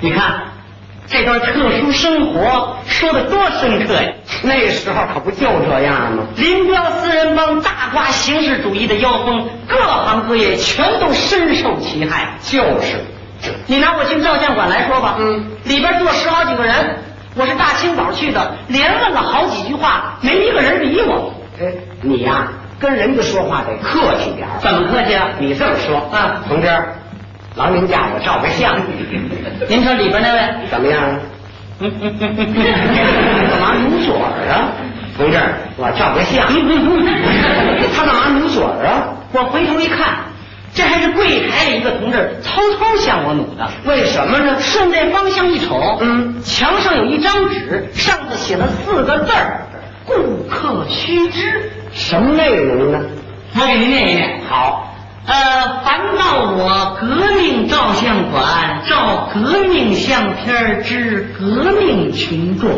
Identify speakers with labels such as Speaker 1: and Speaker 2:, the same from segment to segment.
Speaker 1: 你看这段特殊生活说的多深刻呀！
Speaker 2: 那时候可不就这样吗？
Speaker 1: 林彪四人帮大刮形式主义的妖风，各行各业全都深受其害。
Speaker 2: 就是，
Speaker 1: 你拿我进照相馆来说吧，
Speaker 2: 嗯，
Speaker 1: 里边坐十好几个人，我是大清早去的，连问了好几句话，没一个人理我。
Speaker 2: 哎，你呀、跟人家说话得客气点儿。
Speaker 1: 怎么客气啊？
Speaker 2: 你这么说
Speaker 1: 啊
Speaker 2: 同志，劳您驾我照个相，
Speaker 1: 您说里边那位，
Speaker 2: 怎么样？啊
Speaker 1: 嗯嗯嗯
Speaker 2: 干嘛努嘴儿啊？同志，我照个相。他干嘛努嘴儿啊？
Speaker 1: 我回头一看，这还是柜台里一个同志偷偷向我努的。
Speaker 2: 为什么呢？
Speaker 1: 顺这方向一瞅，
Speaker 2: 嗯，
Speaker 1: 墙上有一张纸，上头写了四个字儿：“顾客须知。
Speaker 2: 什么内容呢？”
Speaker 1: 我给您念一念。
Speaker 2: 好，
Speaker 1: 呃，凡到我革命照相馆照革命相片儿之革命群众，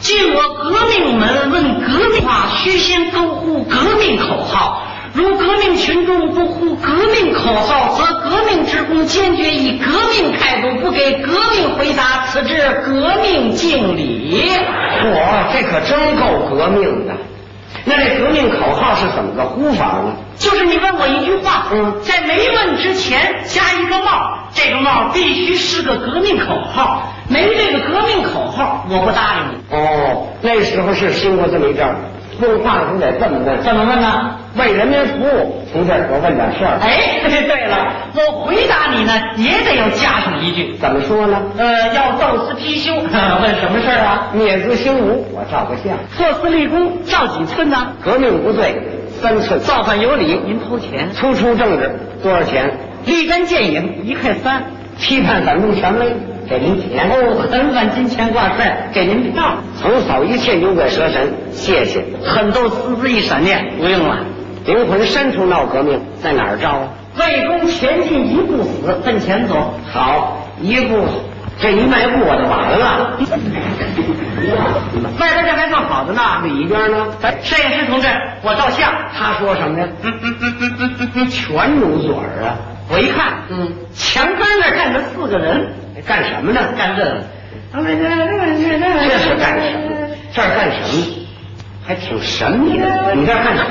Speaker 1: 进我革命门问革命话，须先勾呼革命口号。如革命群众不呼革命口号，则革命职工坚决以革命态度不给革命回答，此致革命敬礼。
Speaker 2: 嚯，这可真够革命的。那这革命口号是怎么个呼法呢？
Speaker 1: 就是你问我一句话，
Speaker 2: 嗯
Speaker 1: 在没问之前加一个帽，这个帽必须是个革命口号，没这个革命口号，我不搭理你。
Speaker 2: 哦，那时候是兴过这么一阵儿，问话的时候得这么问，
Speaker 1: 怎么问呢？
Speaker 2: 为人民服务。同志，我问点事儿。，
Speaker 1: 哎，对了，我回答你呢，也得要加上一句，
Speaker 2: 怎么说呢？
Speaker 1: 呃，要斗私批修， 问什么事儿啊？
Speaker 2: 灭资兴吴，我照个相。
Speaker 1: 做私立工照几寸呢、
Speaker 2: 革命无罪，三寸。
Speaker 1: 造反有理，您掏钱，
Speaker 2: 突出政治多少钱？
Speaker 1: 立竿见影，一块三。
Speaker 2: 批判反动权威，给您钱。
Speaker 1: 哦，狠反金钱挂帅，给您票。
Speaker 2: 横扫一切牛鬼蛇神，谢谢。
Speaker 1: 狠斗私自一闪电，不用了。
Speaker 2: 灵魂深处闹革命，在哪儿招啊？
Speaker 1: 外公前进一步死，奔前走。
Speaker 2: 好，一步，这一迈步我就完了。
Speaker 1: 外边这还算好的呢。
Speaker 2: 里边呢？哎
Speaker 1: 摄影师同志，我照相。
Speaker 2: 他说什么呀？
Speaker 1: 嗯嗯嗯嗯嗯嗯嗯。
Speaker 2: 全努嘴儿啊！
Speaker 1: 我一看，
Speaker 2: 嗯，
Speaker 1: 墙根那儿站着四个人，
Speaker 2: 干什么呢？
Speaker 1: 干这个。
Speaker 2: 这是干什么？这儿干什么？还挺神秘的。你这儿干什么？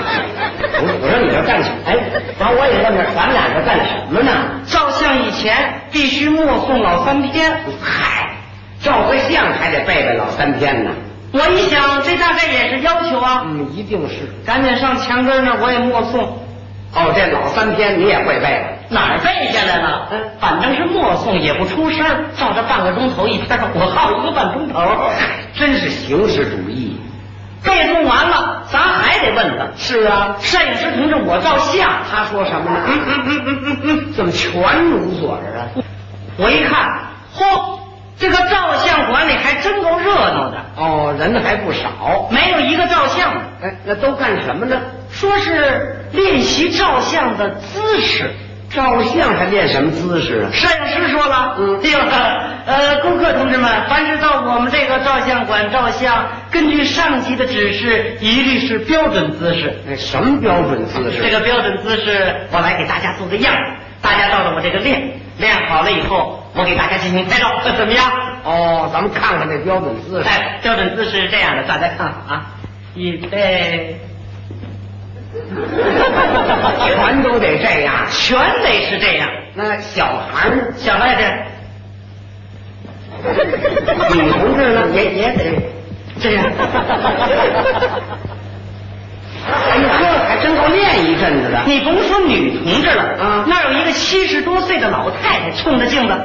Speaker 2: 我我说你这儿干什么？哎，完我也问他，咱俩这儿干什么呢？
Speaker 1: 照相以前必须默诵老三篇。
Speaker 2: 嗨，照个相还得背背老三天呢。
Speaker 1: 我一想，这大概也是要求啊。
Speaker 2: 嗯，一定是。
Speaker 1: 赶紧上墙根那儿，我也默诵。
Speaker 2: 哦，这老三天你也会背了？
Speaker 1: 哪儿背下来了？
Speaker 2: 嗯
Speaker 1: 反正是默诵，也不出声儿，照这半个钟头一篇，我耗一个半钟头。
Speaker 2: 哦真是形式主义。
Speaker 1: 背诵完了，咱还得问他。
Speaker 2: 是啊，
Speaker 1: 摄影师同志，我照相，他说什么呢？
Speaker 2: 嗯嗯嗯嗯嗯嗯，怎么全努嘴儿啊？
Speaker 1: 我一看， 嚯，这个照相馆里还真够热闹的，
Speaker 2: 哦，人还不少。
Speaker 1: 没有一个照相的。
Speaker 2: 哎，那都干什么呢？
Speaker 1: 说是练习照相的姿势。
Speaker 2: 照相还练什么姿势啊？
Speaker 1: 摄影师说了，
Speaker 2: 嗯
Speaker 1: 对了，呃，顾客同志们，凡是到我们这个照相馆照相，根据上级的指示，一律是标准姿势。
Speaker 2: 哎，什么标准姿势？
Speaker 1: 这个标准姿势，我来给大家做个样子，大家照着我这个练，练好了以后，我给大家进行拍照，这怎么样？
Speaker 2: 哦，咱们看看这标准姿势。
Speaker 1: 哎，标准姿势是这样的，大家看啊，预备， 哎
Speaker 2: 全都得这样。
Speaker 1: 全得是这样。
Speaker 2: 那小孩儿
Speaker 1: 小外甥，
Speaker 2: 呢，女同志呢，也也得
Speaker 1: 这样，
Speaker 2: 哎呀，这还真够练一阵子的。
Speaker 1: 你甭说女同志了，
Speaker 2: 啊
Speaker 1: 那儿有一个七十多岁的老太太冲着镜子，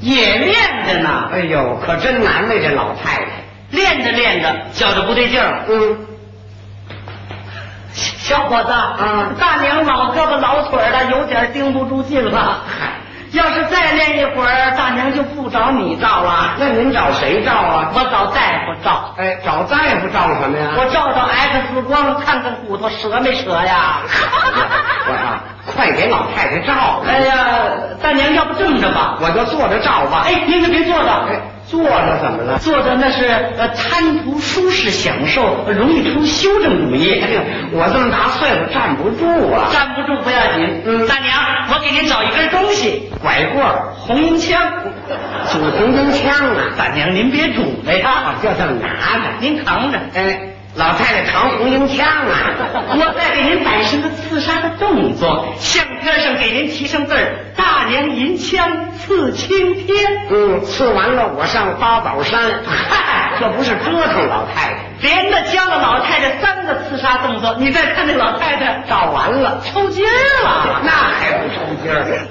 Speaker 1: 也练着呢，
Speaker 2: 哎呦，可真难为这老太太。
Speaker 1: 练着练着，觉着不对劲儿了。
Speaker 2: 嗯，
Speaker 1: 小伙子，
Speaker 2: 嗯
Speaker 1: 大娘老胳膊老腿儿的，有点盯不住劲了。要是再练一会儿，大娘就不找你照了，
Speaker 2: 那您找谁照啊？
Speaker 1: 我找大夫照。
Speaker 2: 哎，找大夫照什么呀？
Speaker 1: 我照照 X 光，看看骨头折没折 呀？
Speaker 2: 我啊，快给老太太照吧
Speaker 1: 哎呀，大娘，要不这么着吧？
Speaker 2: 我就坐着照吧。
Speaker 1: 哎，您可别坐着
Speaker 2: 哎，坐着怎么了？
Speaker 1: 坐着那是呃贪图舒适享受，容易出修正主义。
Speaker 2: 哎呦，我这么大岁数站不住啊！
Speaker 1: 站不住不要紧，
Speaker 2: 嗯
Speaker 1: 大娘，我给您找一根东西，
Speaker 2: 拐棍儿，
Speaker 1: 红缨 枪。
Speaker 2: 拄红缨枪啊！
Speaker 1: 大娘，您别拄着
Speaker 2: 啊
Speaker 1: 呀，，
Speaker 2: 就这么拿着。
Speaker 1: 您扛着。
Speaker 2: 哎，老太太扛红缨枪啊！
Speaker 1: 我再给您摆上个刺杀的动作，相片上给您提上字儿：大娘银枪刺青天。
Speaker 2: 嗯，刺完了我上八宝山。 嗨，这不是折腾老太太，
Speaker 1: 连着教了老太太三个刺杀动作，你再看那老太太
Speaker 2: 照完了，
Speaker 1: 抽筋儿了。
Speaker 2: 那还不抽筋儿？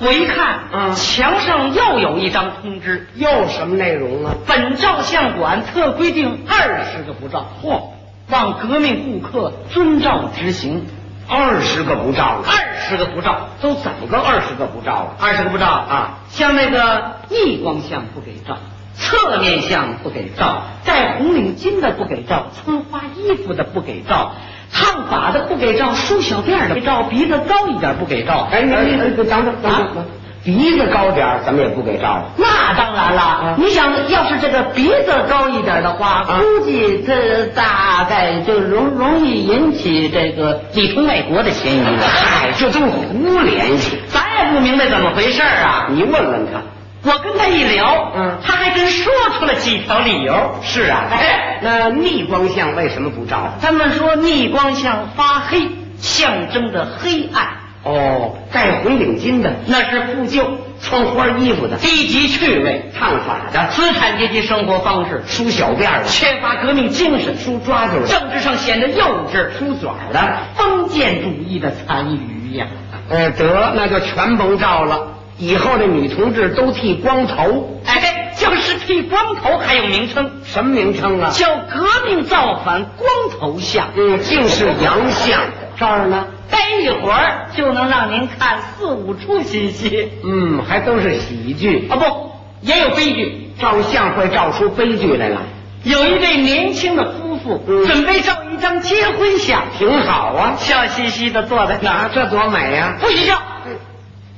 Speaker 1: 我一看，
Speaker 2: 嗯
Speaker 1: 墙上又有一张通知，
Speaker 2: 又什么内容啊？
Speaker 1: 本照相馆特规定二十个不照，嚯，望革命顾客遵照执行。
Speaker 2: 二十个不照了，
Speaker 1: 二十个不照，
Speaker 2: 都怎么个二十个不照啊？
Speaker 1: 二十个不照
Speaker 2: 啊！
Speaker 1: 像那个逆光相不给照，侧面相不给照，戴红领巾的不给照，穿花衣服的不给照，烫发的不给照，梳小辫儿的不给照，鼻子高一点不给照。
Speaker 2: 哎，你你你等等等
Speaker 1: 啊
Speaker 2: 等，鼻子高点儿咱们也不给照了。
Speaker 1: 那当然了，
Speaker 2: 啊
Speaker 1: 你想要是这个鼻子高一点的话，
Speaker 2: 啊
Speaker 1: 估计这大概就容容易引起这个里通外国的嫌疑了。
Speaker 2: 嗨，哎这都是胡联系，
Speaker 1: 咱也不明白怎么回事儿啊！
Speaker 2: 你问问他。
Speaker 1: 我跟他一聊，
Speaker 2: 嗯
Speaker 1: 他还真说出了几条理由。
Speaker 2: 是啊，
Speaker 1: 哎
Speaker 2: 那逆光相为什么不照？
Speaker 1: 他们说逆光像发黑，象征着黑暗，
Speaker 2: 哦，戴红领巾的，
Speaker 1: 那是
Speaker 2: 不就穿花衣服的，
Speaker 1: 低级趣味，
Speaker 2: 烫发的，
Speaker 1: 资产阶级生活方式，
Speaker 2: 梳小辫儿的，
Speaker 1: 缺乏革命精神，
Speaker 2: 梳抓阄的，
Speaker 1: 政治上显得幼稚，
Speaker 2: 梳卷儿的。
Speaker 1: 封建主义的残余呀、
Speaker 2: 呃，得，那就全甭照了。以后这女同志都剃光头，
Speaker 1: 哎，就是剃光头还有名称，
Speaker 2: 什么名称啊？
Speaker 1: 叫革命造反光头像。
Speaker 2: 嗯，净是洋相。这儿呢？
Speaker 1: 待一会儿就能让您看四五出新戏
Speaker 2: 嗯，还都是喜剧，
Speaker 1: 啊，不，也有悲剧。
Speaker 2: 照相会照出悲剧来了，
Speaker 1: 有一对年轻的夫妇、
Speaker 2: 嗯
Speaker 1: 准备照一张结婚相，
Speaker 2: 挺好啊。
Speaker 1: 笑嘻嘻的坐在那
Speaker 2: 啊
Speaker 1: 儿，，
Speaker 2: 这多美呀、
Speaker 1: 不许笑。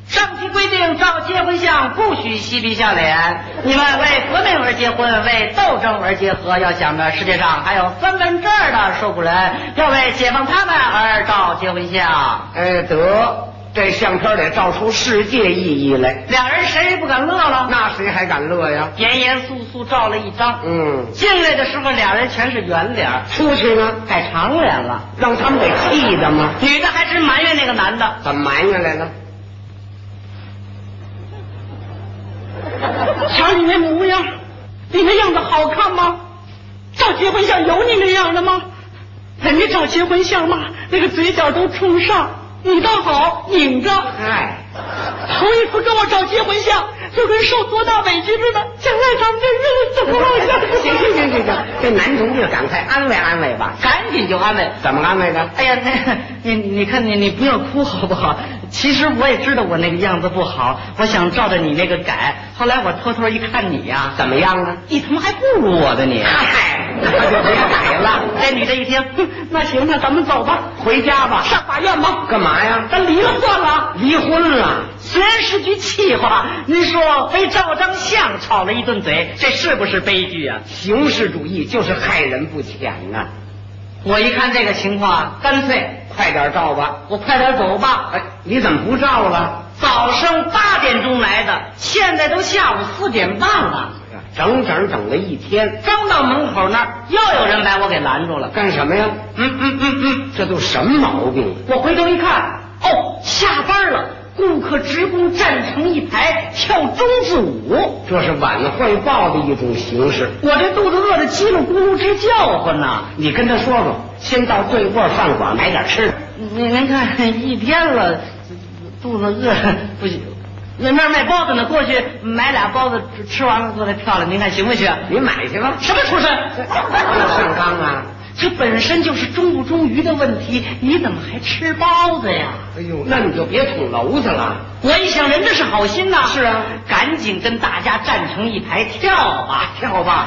Speaker 1: 上级规定，照结婚相不许嬉皮笑脸。你们为革命而结婚，为斗争而结合，要想着世界上还有三分之二的受苦人，要为解放他们而照结婚相。
Speaker 2: 哎，得，这相片得照出世界意义来，
Speaker 1: 两人谁也不敢乐了，
Speaker 2: 那谁还敢乐呀？
Speaker 1: 严严肃肃照了一张。
Speaker 2: 嗯，
Speaker 1: 进来的时候，俩人全是圆脸儿，
Speaker 2: 出去呢，
Speaker 1: 改长脸了。
Speaker 2: 让他们给气的吗？
Speaker 1: 女的还真埋怨那个男的，
Speaker 2: 怎么埋怨来了？
Speaker 1: 瞧你那模样，你那样子好看吗？照结婚相有你那样的吗？人家照结婚相嘛，那个嘴角都冲上，你倒好，拧着。
Speaker 2: 哎，
Speaker 1: 头一次跟我照结婚相，就跟受多大委屈似的。将来咱们这日子怎么往下
Speaker 2: 行行行行行，这男同志赶快安慰安慰吧。
Speaker 1: 赶紧就安慰。
Speaker 2: 怎么安慰的？
Speaker 1: 哎呀，那你你看你你不要哭好不好？其实我也知道我那个样子不好，我想照着你那个改。后来我偷偷一看你呀、
Speaker 2: 怎么样啊？
Speaker 1: 你他妈还不如我的你！
Speaker 2: 嗨，那就别改 了，
Speaker 1: 哎，女的一听，哼那行，那咱们走吧，
Speaker 2: 回家吧。
Speaker 1: 上法院吧，
Speaker 2: 干嘛呀？
Speaker 1: 咱离了算了。
Speaker 2: 离婚了？
Speaker 1: 虽然是句气话，您说被照张相吵了一顿嘴，这是不是悲剧啊？
Speaker 2: 形式主义就是害人不浅呐、
Speaker 1: 我一看这个情况，干脆
Speaker 2: 快点照吧。
Speaker 1: 我快点走吧。
Speaker 2: 哎，你怎么不照了？
Speaker 1: 早上八点钟来的，现在都下午四点半了。
Speaker 2: 整整等了一天，
Speaker 1: 刚到门口那儿，又有人把我给拦住了。
Speaker 2: 干什么呀？
Speaker 1: 嗯嗯嗯嗯，
Speaker 2: 这都什么毛病啊？
Speaker 1: 我回头一看，哦，下班了，顾客职工站成一排跳中字舞。
Speaker 2: 哦这是晚汇报的一种形式。
Speaker 1: 我这肚子饿得叽里咕噜直叫唤呢。
Speaker 2: 你跟他说说，先到对过饭馆买点吃的。
Speaker 1: 您您看，一天了，肚子饿不行。那那儿卖包子呢，过去买俩包子，吃吃完了过来漂亮，您看行不行？
Speaker 2: 你买去吧。
Speaker 1: 什么出身？
Speaker 2: 上纲啊！
Speaker 1: 这本身就是忠不忠于的问题，你怎么还吃包子呀？
Speaker 2: 哎呦，那你就别捅娄子了。
Speaker 1: 我一想，人这是好心呐。
Speaker 2: 是啊，
Speaker 1: 赶紧跟大家站成一排跳吧，
Speaker 2: 跳吧。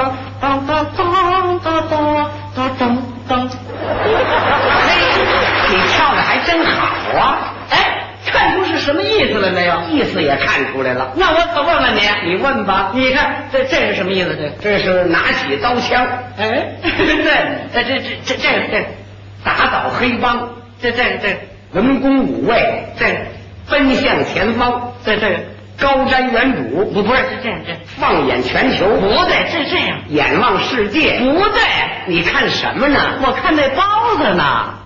Speaker 1: 当当当当当。
Speaker 2: 嘿，你跳的还真好啊！
Speaker 1: 哎，看出是什么意思了没有？
Speaker 2: 意思也看出来了。
Speaker 1: 那我可问问你，
Speaker 2: 你问吧，
Speaker 1: 你看这这是什么意思？这
Speaker 2: 这是拿起刀枪，
Speaker 1: 哎，
Speaker 2: 对，
Speaker 1: 这这这这这这
Speaker 2: 打倒黑帮，
Speaker 1: 这这这
Speaker 2: 文攻武卫，
Speaker 1: 这
Speaker 2: 奔向前方，
Speaker 1: 这这
Speaker 2: 高瞻远瞩，
Speaker 1: 不不是这样这
Speaker 2: 放眼全球，
Speaker 1: 不对，是这样
Speaker 2: 眼望世界。
Speaker 1: 不对，
Speaker 2: 你看什么呢？
Speaker 1: 我看那包子呢。